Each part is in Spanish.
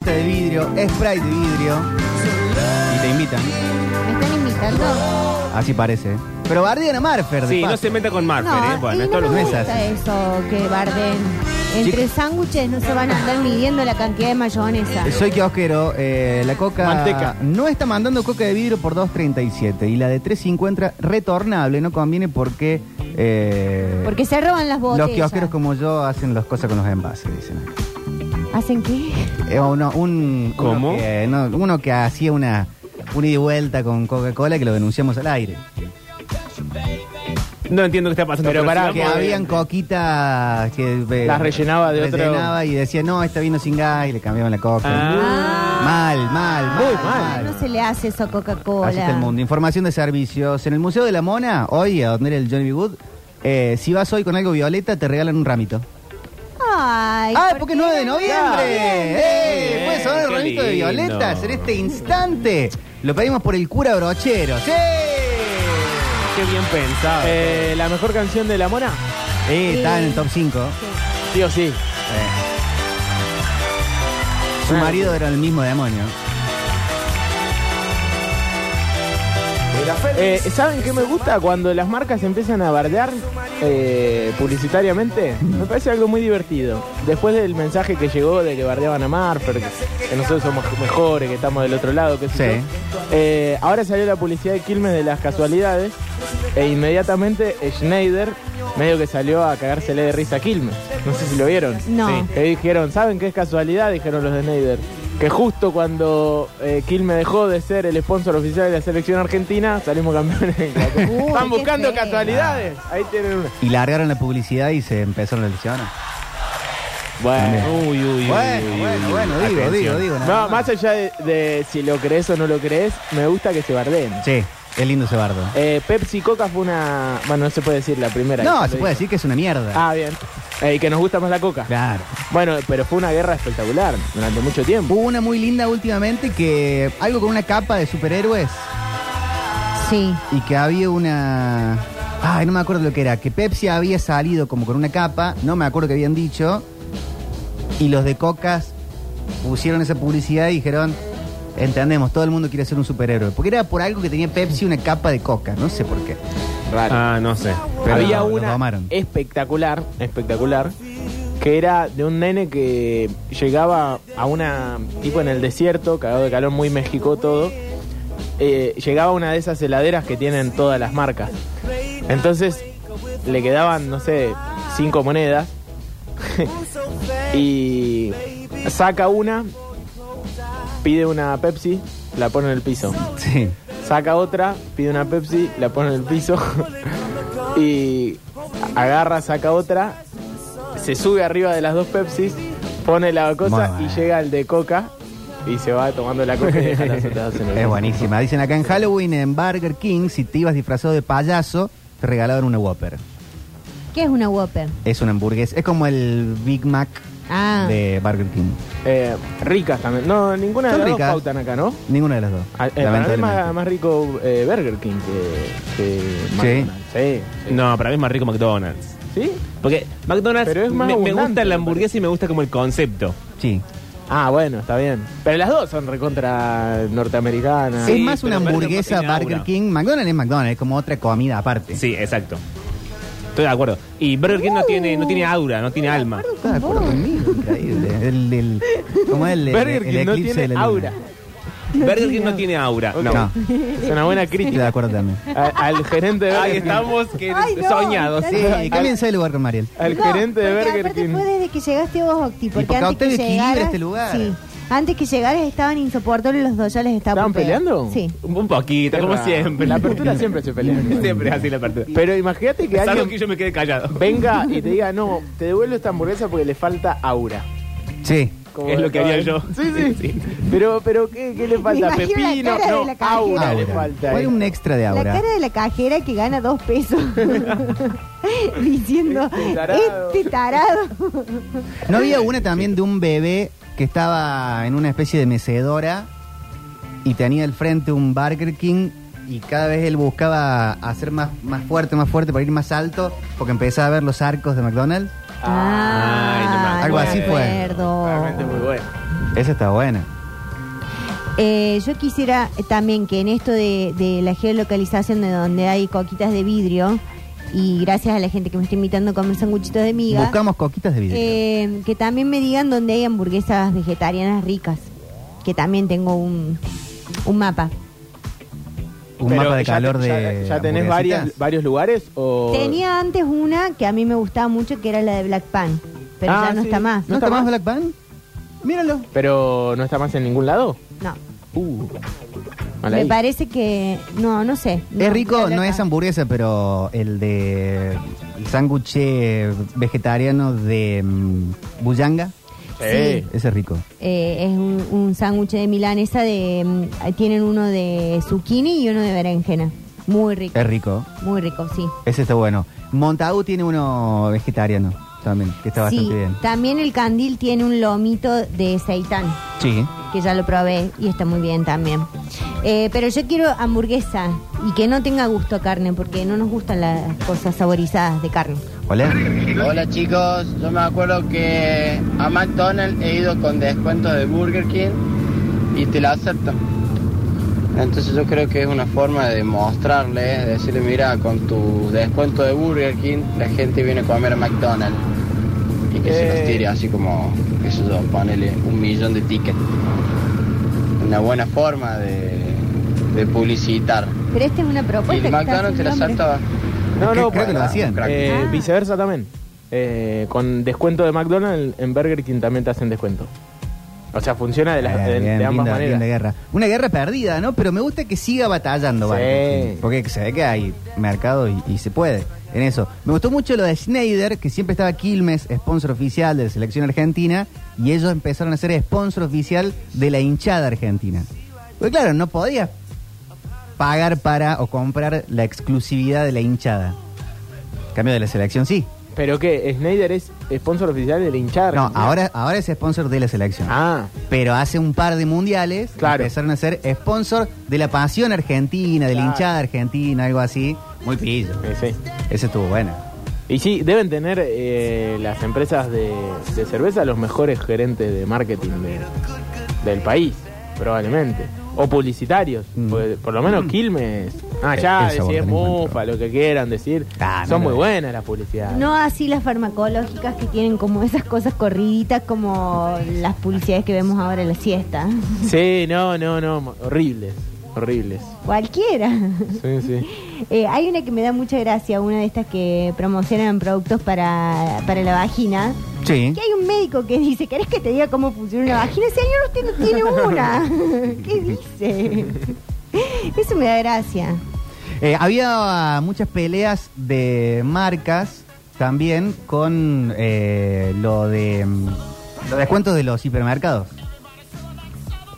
cervecita de vidrio, Sprite de vidrio. Y te invitan. ¿Me están invitando? Así parece. Pero bardean a Marfer, de Sí, no paso. se meta con Marfer, ¿eh? y Bueno, esto no lo no me es es gusta. gusta eso que barden. Entre sándwiches no se van a andar midiendo la cantidad de mayonesa. Soy kiosquero, eh, la coca Manteca. no está mandando coca de vidrio por 2.37 y la de 3.50 retornable, no conviene porque, eh, Porque se roban las botellas. los kiosqueros como yo hacen las cosas con los envases, dicen. ¿Hacen qué? Eh, uno, un, uno ¿Cómo? que, no, uno que hacía una, una ida y vuelta con Coca-Cola que lo denunciamos al aire. No entiendo qué está pasando. Pero pará, Que sigamos habían adelante. coquitas que eh, Las rellenaba de otro- rellenaba y decía, no, esta vino sin gas y le cambiaban la coca. Ah. Mal, mal, mal. Ah, No se le hace eso a Coca-Cola. Así está el mundo. Información de servicios. En el Museo de la Mona, hoy, a donde era el Johnny B. Good, eh, si vas hoy con algo violeta, te regalan un ramito. Ay, ¡Ah, ¿por porque qué es 9 de no? noviembre! ¡Eh! Ah, Bien, Puede sonar el qué ramito de lindo. violetas en este instante. Lo pedimos por el cura brochero. ¡Sí! Qué bien pensado. Eh, la mejor canción de la mona. Eh, está en el top 5. Sí o sí. Su Ah. marido era el mismo demonio. Eh, ¿Saben qué me gusta? Cuando las marcas empiezan a bardear eh, publicitariamente, me parece algo muy divertido. Después del mensaje que llegó de que bardeaban a Marfer, que, que nosotros somos mejores, que estamos del otro lado, que Sí. Eh, ahora salió la publicidad de Quilmes de las casualidades e inmediatamente Schneider medio que salió a cagársele de risa a Quilmes. No sé si lo vieron. No. Sí. Que dijeron, ¿saben qué es casualidad? Dijeron los de Schneider. Que justo cuando eh, Quilmes dejó de ser el sponsor oficial de la selección argentina, salimos campeones. Uy, Están qué buscando feo. casualidades. Ahí tienen una. Y largaron la publicidad y se empezaron las lesiones. Bueno. Uy, uy, uy. Bueno, uy, bueno, uy. bueno, digo, Atención. digo, digo. nada No, más allá de, de si lo crees o no lo crees, me gusta que se bardeen. Sí, qué lindo ese bardo. Eh, Pepsi Coca fue una. Bueno, no se puede decir la primera. No, Lo se puede digo. decir que es una mierda. Ah, bien. Eh, y que nos gusta más la Coca. Claro. Bueno, pero fue una guerra espectacular durante mucho tiempo. Hubo una muy linda últimamente que algo con una capa de superhéroes Sí. y que había una ay no me acuerdo lo que era que Pepsi había salido como con una capa no me acuerdo que habían dicho y los de Cocas pusieron esa publicidad y dijeron entendemos todo el mundo quiere ser un superhéroe porque era por algo que tenía Pepsi una capa de Coca no sé por qué Raro. Ah, no sé. Pero Había lo una tomaron. espectacular, espectacular, que era de un nene que llegaba a una, tipo en el desierto, cagado de calor, muy México todo, eh, llegaba a una de esas heladeras que tienen todas las marcas. Entonces le quedaban, no sé, cinco monedas y saca una, pide una Pepsi, la pone en el piso. sí Saca otra, pide una Pepsi, la pone en el piso y agarra, saca otra, se sube arriba de las dos Pepsis, pone la cosa Muy y bueno. llega el de Coca y se va tomando la Coca y deja las otras dos en el es piso. buenísima dicen acá en Halloween en Burger King si te ibas disfrazado de payaso te regalaban una Whopper ¿Qué es una Whopper? es una hamburguesa es como el Big Mac Ah. de Burger King Eh, ricas también. No, ninguna de Son las ricas. dos pautan acá, ¿no? ninguna de las dos Ah, eh, para mí es más, lamentablemente. más rico eh, Burger King que, que McDonald's. Sí. No, para mí es más rico McDonald's. ¿Sí? Porque McDonald's Pero es más me, me abundante, gusta me la hamburguesa y me gusta como el concepto. sí Ah, bueno, está bien. Pero las dos son recontra norteamericanas. Sí, es más una pero Burger King hamburguesa tiene Burger aura. King. McDonald's es McDonald's, es como otra comida aparte. Sí, exacto. Estoy de acuerdo. Y Burger King no tiene, no tiene aura, no tiene alma. Está de acuerdo conmigo, increíble. El, el, ¿Cómo es el, el- Burger el King no eclipse de tiene la luna? aura. Burger King no tiene aura. No, No. Es una buena estoy de crítica. acuerdo también. A- al gerente de Ahí Burger King. estamos que Ay, no, soñados. claro. Sí, cámbiense de lugar con Mariel. Al No, gerente de porque Burger aparte King. fue desde que llegaste vos, Octi, porque, porque a antes ustedes que equilibra llegaras... este lugar. Sí. Antes que llegaras estaban insoportables los dos, ya les estaba ¿Estaban por pegar. peleando? Sí. Un un poquito, como siempre. La apertura siempre se pelea. Siempre es así la apertura. Pero imagínate que Salvo alguien que yo me quede callado. venga y te diga, no, te devuelvo esta hamburguesa porque le falta aura. Sí. Como Es lo que haría acaba de- yo. Sí, sí. Pero, pero ¿qué, qué le falta? Me imagino la Pepino, cara de no, la cajera. aura le Aura. falta. ¿Cuál es un extra de La aura? cara de la cajera que gana dos pesos. Diciendo, Este tarado. este tarado. ¿No había una también de un bebé que estaba en una especie de mecedora y tenía al frente un Burger King y cada vez él buscaba hacer más, más fuerte, más fuerte para ir más alto porque empezaba a ver los arcos de McDonald's? Ah, Ay, no me Ah, Algo me así fue. acuerdo. realmente muy bueno. Esa está buena. Eh, yo quisiera eh, también que en esto de, de la geolocalización, de donde hay coquitas de vidrio, y gracias a la gente que me está invitando a comer sanguchitos de miga, Buscamos coquitas de vidrio. eh, que también me digan dónde hay hamburguesas vegetarianas ricas, que también tengo un, un mapa. Un Pero mapa de ya- calor ya- de. ¿Ya tenés varias, hamburguesitas. varios lugares? O... Tenía antes una que a mí me gustaba mucho, que era la de Black Pan, pero Ah, ya no sí. está más. ¿No está más Black Pan? Míralo. Pero no está más en ningún lado. No. Uh, mal Me ahí. parece que. No, no sé. Es rico, no es hamburguesa. hamburguesa, pero el de el sándwich eh, vegetariano de mm, Buyanga, Sí. ese es rico. Eh, es un, un sándwich de milanesa de mm, tienen uno de zucchini y uno de berenjena. Muy rico. Es rico, Muy rico, sí. ese está bueno. Montaú tiene uno vegetariano también, que está sí, bastante bien. también el candil tiene un lomito de seitán, Sí. que ya lo probé y está muy bien también. Eh, pero yo quiero hamburguesa y que no tenga gusto a carne, porque no nos gustan las cosas saborizadas de carne. Hola. Hola chicos, yo me acuerdo que a McDonald's he ido con descuentos de Burger King y te la aceptan. Entonces yo creo que es una forma de mostrarle, de decirle, mira, con tu descuento de Burger King la gente viene a comer a McDonald's. Y que se Eh. los tire así como, qué sé yo, ponele un millón de tickets. Una buena forma de, de publicitar. Pero esta es una Y propuesta. el que está McDonald's te la haciendo el hombre. aceptaba. No, Creo- no, creo que lo para- hacían. eh, Ah. Viceversa también. Eh, con descuento de McDonald's, en Burger King también te hacen descuento. O sea, funciona de, las- Bien, de- de bien, ambas linda- maneras. linda guerra. Una guerra perdida, ¿no? Pero me gusta que siga batallando, Sí. Barclay, Porque se ve que hay mercado y, y se puede en eso. Me gustó mucho lo de Schneider, que siempre estaba Quilmes, sponsor oficial de la selección argentina, y ellos empezaron a ser sponsor oficial de la hinchada argentina. Pues claro, no podías pagar para o comprar la exclusividad de la hinchada. En Cambio de la selección, sí. Pero que Snyder es sponsor oficial del hinchar. No, ahora, ahora es sponsor de la selección. Ah, Pero hace un par de mundiales Claro. empezaron a ser sponsor de la pasión argentina, de la Claro. hinchada argentina, algo así. Muy pillo. eh, sí. Ese estuvo bueno. Y sí, deben tener eh, las empresas de, de cerveza los mejores gerentes de marketing de- del país, probablemente. O publicitarios. Mm. Eh, porque por lo menos Quilmes. Ah, ya, Eso decís vos tenés buen mufa, lo que quieran decir. Ah, no Son lo muy es. buenas las publicidades. No así las farmacológicas que tienen como esas cosas corriditas como las publicidades que vemos ahora en la siesta. Sí, no, no, no. Horribles. Horribles. Cualquiera. Sí, sí. Eh, hay una que me da mucha gracia, una de estas que promocionan productos para, para la vagina. Sí. Que hay un médico que dice, ¿querés que te diga cómo funciona una vagina? Señor, usted no tiene una. ¿Qué dice? Eso me da gracia. Eh, había muchas peleas de marcas también con eh, lo de mm, los descuentos de los hipermercados.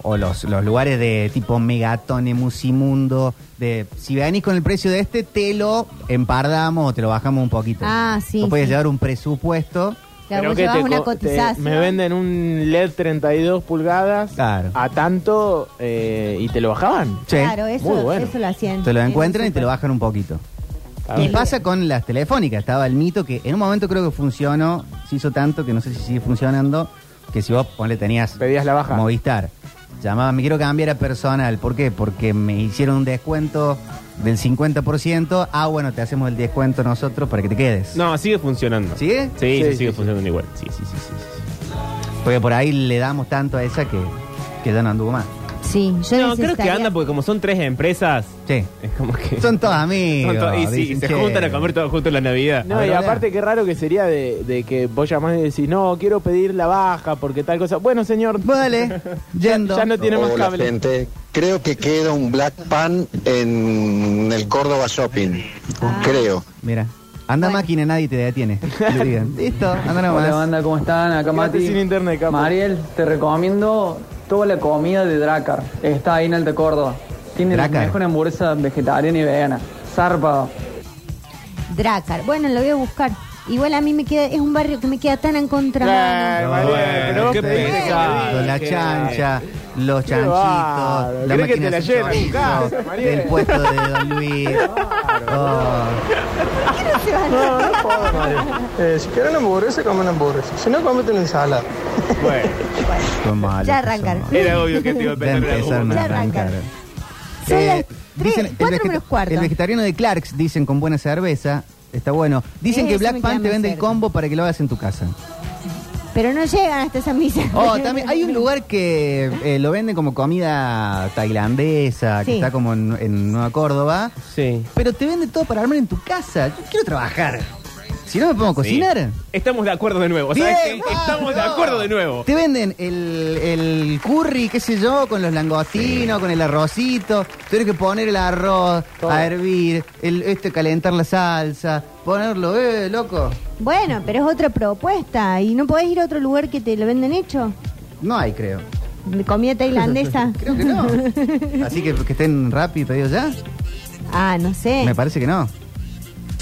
O los, los lugares de tipo Megatone, Musimundo, de si venís con el precio de este, te lo empardamos o te lo bajamos un poquito. Ah, sí, O puedes sí. llevar un presupuesto. Claro, Pero vos que llevas te una co- te- cotización. me venden un E LED 32 pulgadas Claro. a tanto eh, y te lo bajaban. Sí. Claro, eso, Muy bueno. eso lo hacían. Te lo Era encuentran y te súper. lo bajan un poquito. Está Y bien. pasa con las telefónicas. Estaba el mito que en un momento creo que funcionó, se hizo tanto que no sé si sigue funcionando, que si vos ponle tenías Pedías la baja. Movistar, llamaba, me quiero cambiar a personal. ¿Por qué? Porque me hicieron un descuento del 50%. Ah, bueno, te hacemos el descuento nosotros para que te quedes. No, sigue funcionando. ¿Sigue? Sí, sí, Sí, sí, sí, sigue sí. funcionando igual. Sí, sí, sí, sí, sí. Porque por ahí le damos tanto a esa que, que ya no anduvo más. Sí, yo No, creo que necesitaría- anda porque como son tres empresas, Sí. es como que... Son todos amigos. Son to- y sí, dicen, se "Che". juntan a comer todos juntos en la Navidad. No, A ver, y hola. aparte qué raro que sería de, de que vos llamás y decís, no, quiero pedir la baja porque tal cosa. Bueno, señor, Vale, yendo. ya no tiene más Hola, cable. gente. Creo que queda un Black Pan en el Córdoba Shopping. Creo. Mira, anda Bueno. máquina, nadie te detiene. Le digan, Listo, anda nomás. Hola banda, ¿cómo están? Acá Quédate Mati. sin internet, capo. Mariel, te recomiendo toda la comida de Dracar. Está ahí en Alta Córdoba. Tiene la Dracar. mejor hamburguesa vegetariana y vegana. Zarpa. Dracar. Bueno, lo voy a buscar. Y Igual a mí me queda, es un barrio que me queda tan en contra. Ay, Mariel, pero vos qué pediste pesado, que- la que- chancha, los Qué bárbaro. chanchitos, la ¿Querés que máquina te la de llene en tu chorizo, casa, Mariel? el puesto de Don Luis. Oh, No, no puedo, Mario. Eh, si quieren hamburguesa, comen hamburguesa. Si no, comete una ensalada. Bueno, son malos que Ya son. arrancaron. Era obvio que te iba a Ya pensar. empezaron Ya a arrancar. arrancaron. Son Eh, las tres, dicen el cuatro vegeta- menos cuarto. El vegetariano de Clarks, dicen, con buena cerveza. Está bueno. Dicen que Ese Black me queda Pan te más vende el cerca. combo para que lo hagas en tu casa. Pero no llegan hasta esa misa. Oh, también hay un lugar que eh, lo venden como comida tailandesa, que Sí. está como en, en Nueva Córdoba. sí. Pero te vende todo para armar en tu casa. Yo quiero trabajar. Si no me pongo a cocinar. Estamos de acuerdo de nuevo. ¿Sabes Bien, qué? Estamos de vamos. acuerdo de nuevo. Te venden el, el curry, qué sé yo, con los langostinos, con el arrocito. Tienes que poner el arroz a hervir, el, este calentar la salsa, ponerlo, eh, loco. Bueno, pero es otra propuesta. ¿Y no podés ir a otro lugar que te lo venden hecho? No hay, creo. ¿De Comida tailandesa. Creo que no. Así que que estén rápido y pedidos ya. Ah, no sé. Me parece que no.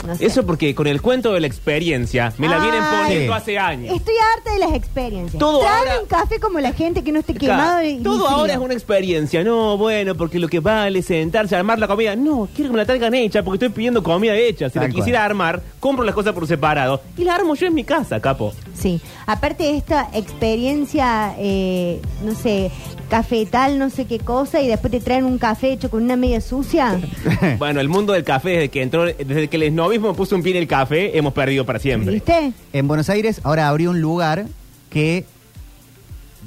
No sé. Eso porque con el cuento de la experiencia me la vienen Ay. poniendo Sí. hace años. Estoy harta de las experiencias. Todo Traen ahora- un café como la gente que no esté quemado. Claro, y- y Todo frío. ahora es una experiencia. No, bueno, porque lo que vale es sentarse, armar la comida. No, quiero que me la traigan hecha porque estoy pidiendo comida hecha. Si Tal la quisiera cual. armar, compro las cosas por separado y la armo yo en mi casa, capo. Sí. Aparte de esta experiencia, eh, no sé, cafetal, no sé qué cosa, y después te traen un café hecho con una media sucia. Eh. bueno, el mundo del café, desde que entró, desde que el esnovismo puso un pie en el café, hemos perdido para siempre. ¿Viste? En Buenos Aires ahora abrió un lugar que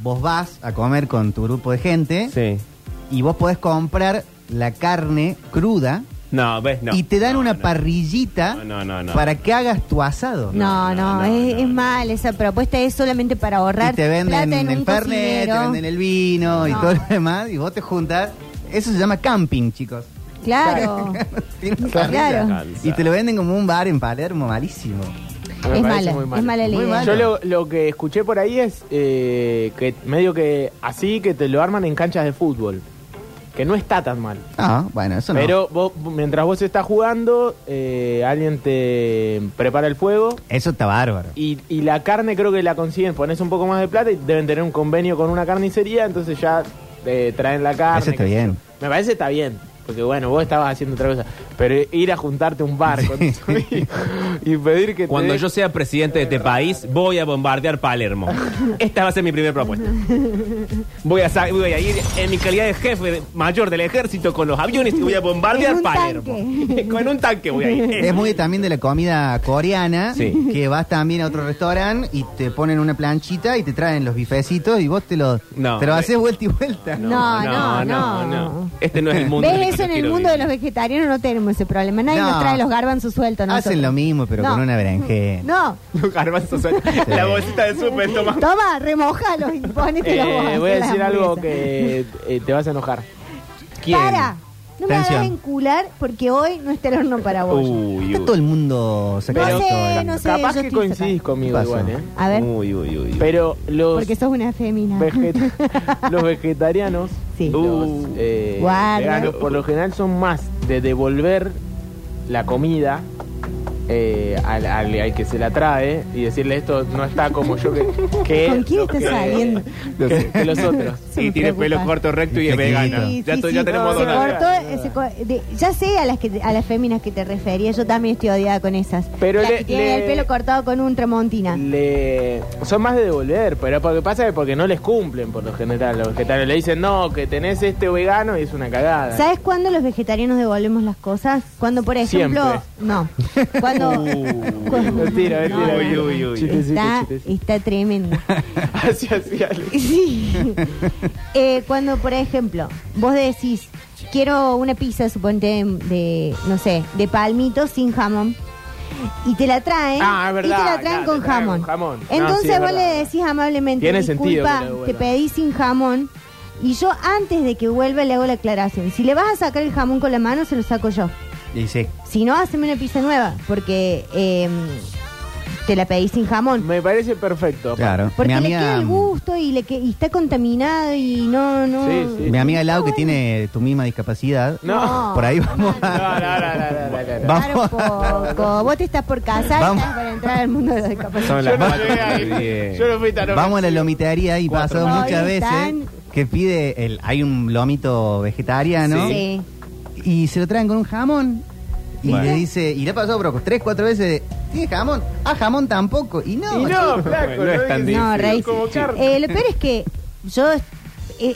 vos vas a comer con tu grupo de gente Sí. y vos podés comprar la carne cruda No, ves, no. y te dan No, una no. parrillita No, no, no, no. para que hagas tu asado. No, no, no, es, no, es no. mal. Esa propuesta es solamente para ahorrar. Y te venden plata en el un pernet, te cocinero. venden el vino y No. todo lo demás y vos te juntas. Eso se llama camping, chicos. Claro. Tiene una Claro. parrilla. Cansa. Y te lo venden como un bar en Palermo, malísimo. Me es parece mala, muy es mala la Muy idea. mala. Yo lo, lo que escuché por ahí es eh, que medio que así que te lo arman en canchas de fútbol. Que no está tan mal. Ah, bueno, eso no. Pero vos, mientras vos estás jugando, eh, alguien te prepara el fuego Eso está bárbaro. Eh. y, y la carne creo que la consiguen. Pones un poco más de plata y deben tener un convenio con una carnicería, entonces ya eh, traen la carne. Eso está qué sé yo. bien. Me parece está bien. Porque bueno, vos estabas haciendo otra cosa. Pero ir a juntarte a un bar con tus amigos y pedir que te Cuando den- yo sea presidente de este país, voy a bombardear Palermo. Esta va a ser mi primera propuesta. Voy a, sa- voy a ir en mi calidad de jefe de- mayor del ejército con los aviones y voy a bombardear En un Palermo. tanque. con un tanque voy a ir. Es muy también de la comida coreana, Sí. que vas también a otro restaurante y te ponen una planchita y te traen los bifecitos y vos te los No. te lo haces vuelta y vuelta. No. Este no es el mundo. ¿Ves eso en el quiero mundo de vivir. los vegetarianos? No tenemos ese problema. Nadie No. nos trae los garbanzos sueltos. nosotros. Hacen lo mismo, pero No. con una berenjena. No, Los garbanzos son- La bolsita de súper, toma. toma, remojalos y ponete los Eh, vos. voy hacer a las decir algo hamburguesas. que eh, te vas a enojar. Para, no me Tensión. hagas encular porque hoy no está el horno para vos. Uy, Está todo el mundo No sacando sé, esto. no sé, Capaz yo que estoy coincidís sacando. conmigo Pasó. igual, ¿eh? A ver, uy, uy, uy. Pero los, porque sos una fémina. vegeta- los vegetarianos, Sí. los, Uh. eh, Guarda. veganos, por lo general son más de devolver la comida eh, al, al- al que se la trae y decirle esto no está como yo que... que ¿Con quién estás que- saliendo? Que, que los otros. Eso Y me tiene preocupa. pelo corto, recto y es Sí, vegana. Sí, Ya, sí, to- ya sí. tenemos Se dos. Ahora- cortó ese co- de- ya sé a las que a las féminas que te refería, yo también estoy odiada con esas. Pero las le- que tienen le- el pelo cortado con un tramontina. Le- son más de devolver, pero lo que pasa es porque no les cumplen por lo general. Los vegetarianos le dicen, no, que tenés este vegano y es una cagada. ¿Sabes cuándo los vegetarianos devolvemos las cosas? Cuando, por ejemplo, Siempre. no. Cuando Lo tiro, lo tiro. Uy, uy, uy. Chistecito, está, chistecito. está tremendo. Así, así, Ale. Sí. Eh, cuando, por ejemplo, vos decís, quiero una pizza, suponte, de, de, no sé, de palmitos sin jamón. Y te la traen. Ah, es verdad, y te la traen claro, con te traen jamón. con jamón. No, sí, Entonces es vos le verdad. decís amablemente, Tiene sentido que disculpa, la devuelva". te pedí sin jamón. Y yo antes de que vuelva le hago la aclaración. Si le vas a sacar el jamón con la mano, se lo saco yo. Y sí. Si no, haceme una pizza nueva, porque eh, em, te la pedís sin jamón. Me parece perfecto. Claro. Porque Ah, mi le queda amiga, mm. el gusto y, le que, y está contaminado y no, no. Sí, sí. mi amiga Lau, que tiene tu misma discapacidad, No. por ahí vamos No, no, a... no, no, no, no, no, no. Para un Vamos. poco. Vos te estás por casar, Vamos. estás para entrar al mundo de los discapacitados. Son Yo las no cuatro llegué y ahí. diez. Yo no fui tan Vamos a la lomitería y Cuatro. pasó muchas Hoy veces están- que pide el, hay un lomito vegetariano Sí. y se lo traen con un jamón y Bueno. le dice y le ha pasado Brocos tres cuatro veces tiene jamón ah jamón tampoco y no, Y no, flaco, No es tan difícil. dije, No, Rey. Como carne. Eh, lo peor es que yo. eh,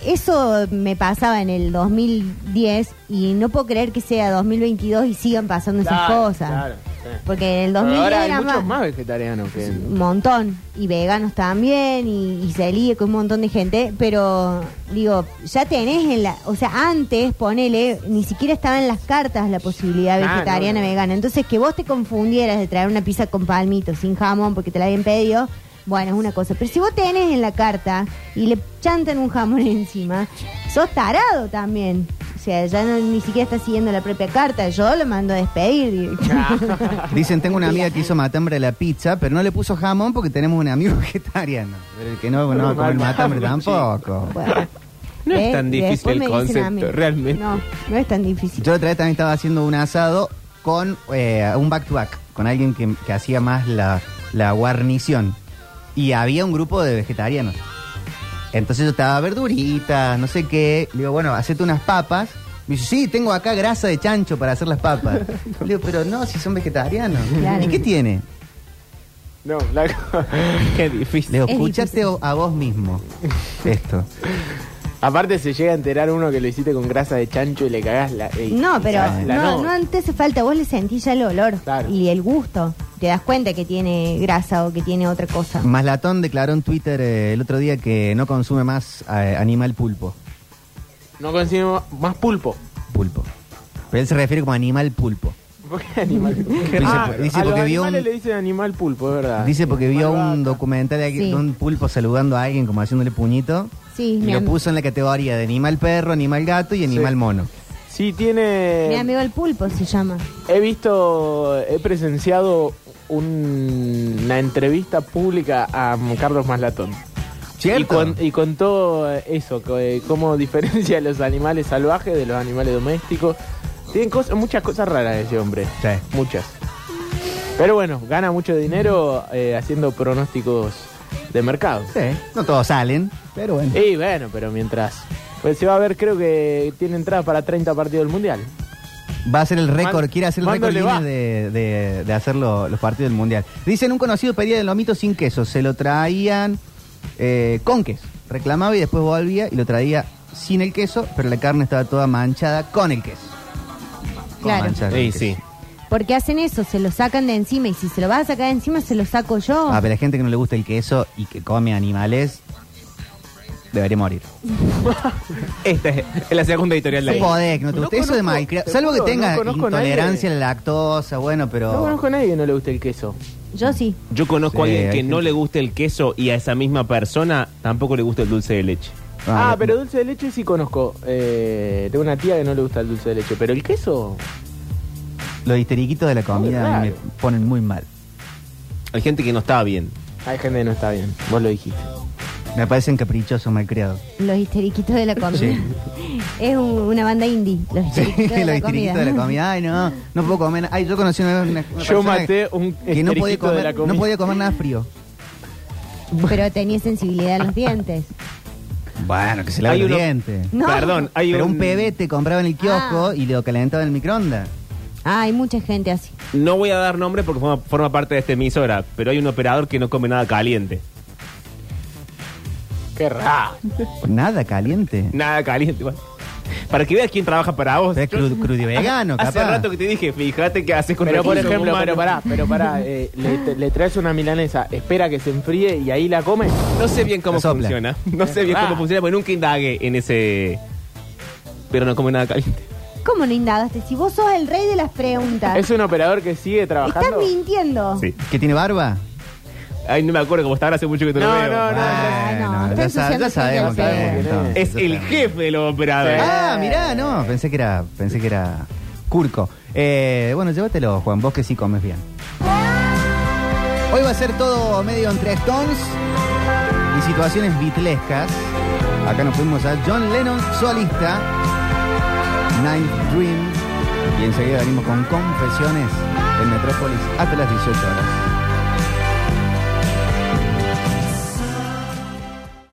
Eso me pasaba en el 2010 y no puedo creer que sea 2022 y sigan pasando esas Claro, cosas. claro, sí. Porque en el Pero 2010 Ahora hay era muchos más. más vegetarianos que... Un montón. Y veganos también, y, y celíacos, un montón de gente. Pero, digo, ya tenés en la. O sea, antes, ponele, ni siquiera estaba en las cartas la posibilidad Ah, vegetariana, no, no. vegana. Entonces, que vos te confundieras de traer una pizza con palmito, sin jamón, porque te la habían pedido. Bueno, es una cosa. Pero si vos tenés en la carta y le chantan un jamón encima, sos tarado también. O sea, ya no- ni siquiera estás siguiendo la propia carta. Yo lo mando a despedir directamente. dicen tengo una amiga que hizo matambre a la pizza pero no le puso jamón porque tenemos un amigo vegetariano pero el que no, no va a comer matambre tampoco Bueno. No es ¿Eh? tan Y difícil después el me dicen concepto, a mí. realmente. No, no es tan difícil. Yo la otra vez también estaba haciendo un asado con eh, un back to back, con alguien que, que hacía más la, la guarnición. Y había un grupo de vegetarianos. Entonces yo estaba verduritas, no sé qué. Le digo, bueno, hacete unas papas. Me dice, sí, tengo acá grasa de chancho para hacer las papas. Le digo, pero no, si son vegetarianos. Claro. ¿Y qué tiene? No, flaco. Qué difícil. Le digo, Es escuchate difícil. a vos mismo esto. Aparte se llega a enterar uno que lo hiciste con grasa de chancho y le cagás la... ey, No, pero la- la no, no. no te hace falta. Vos le sentís ya el olor Claro. y el gusto. Te das cuenta que tiene grasa o que tiene otra cosa. Mm. Maslatón declaró en Twitter eh, el otro día que no consume más eh, animal pulpo. No consigo más pulpo. Pulpo. Pero él se refiere como animal pulpo. ¿Por qué animal pulpo? Dice- dice a los porque vio animales un- le dicen animal pulpo, es verdad. Dice porque vio un Albahaca. documental de, Sí. de un pulpo saludando a alguien como haciéndole puñito. Sí, y mi, lo am- puso en la categoría de animal perro, animal gato y animal mono. Sí, mi tiene... amigo el pulpo se llama. He visto, he presenciado un- una entrevista pública a um, Carlos Maslatón. Y, con- y contó eh, eso, co- eh, cómo diferencia a los animales salvajes de los animales domésticos. Tienen cosas, muchas cosas raras ese hombre. Sí. Muchas. Pero bueno, gana mucho dinero eh, haciendo pronósticos de mercado. Sí, no todos salen, pero bueno. Y bueno, pero mientras... Pues se va a ver, creo que tiene entrada para 30 partidos del Mundial. Va a ser el récord, Man- quiere hacer el ¿cuándo récord le Guinness va? de, de- de hacer lo- los partidos del Mundial. Dicen un conocido pedía el lomito sin queso, se lo traían eh, con queso. Reclamaba y después volvía y lo traía sin el queso, pero la carne estaba toda manchada con el queso. Con Claro. manchada con Sí, queso. sí. Porque hacen eso, se lo sacan de encima y si se lo vas a sacar de encima, se lo saco yo. Ah, pero la gente que no le gusta el queso y que come animales debería morir. Esta es es la segunda editorial de No ahí. podés, que no te No guste. Eso de conozco- malcriado. te Salvo que juro, tenga no conozco a nadie. intolerancia a la lactosa, bueno, pero. No conozco a nadie que no le guste el queso. Yo sí. Yo conozco a Sí, alguien hay que no gente. le guste el queso y a esa misma persona tampoco le gusta el dulce de leche. Ah, Ah, pero dulce de leche sí conozco. Eh, tengo una tía que no le gusta el dulce de leche, pero el queso. Los histeriquitos de la comida a mí me Claro. ponen muy mal. Hay gente que no está bien. Hay gente que no está bien, vos lo dijiste. Me parecen caprichosos, malcriados. Los histeriquitos de la comida. Es un- una banda indie. Los Sí, histeriquitos los de, la comida. histeriquitos de la comida. Ay, no, no puedo comer. Ay, yo conocí una vez una, una Yo persona maté un que no podía histeriquito de la comer, comida. no podía comer nada frío. Pero tenía sensibilidad a los dientes. Bueno, que se lave Hay los uno- dientes. No. Perdón, hay Pero un, un pebete compraba en el kiosco Ah. y lo calentaba en el microondas. Ah, hay mucha gente así. No voy a dar nombre porque forma, forma parte de esta emisora, pero hay un operador que no come nada caliente. Qué raro. Ah, Nada caliente. Nada caliente. bueno. Para que veas quién trabaja para vos. Pero es cru- crudo y vegano, Hace capaz. rato que te dije, fíjate qué haces con Pero el por queso ejemplo, humano. pero pará, pero pará, eh, le, te- le traes una milanesa, espera que se enfríe y ahí la comes. No sé bien cómo La sopla. funciona. No sé bien Ah. cómo funciona porque nunca indagué en ese. Pero no come nada caliente. ¿Cómo no indagaste? Si vos sos el rey de las preguntas. Es un operador que sigue Estás trabajando. mintiendo. Sí. ¿Que tiene barba? Ay, no me acuerdo cómo está ahora hace mucho que te lo No, veo. no, no. no, ya, está sa- ya ensuciando sabemos su quién es. quién entonces, Es ya el sabemos. jefe de los operadores. Ah, mirá, no, pensé que era, pensé que era Curco. Eh, bueno, llévatelo, Juan, vos que sí comes bien. Hoy va a ser todo medio entre Stones y situaciones bitlescas. Acá nos fuimos a John Lennon solista, Ninth Dream, y enseguida venimos con confesiones en Metrópolis hasta las 18 horas.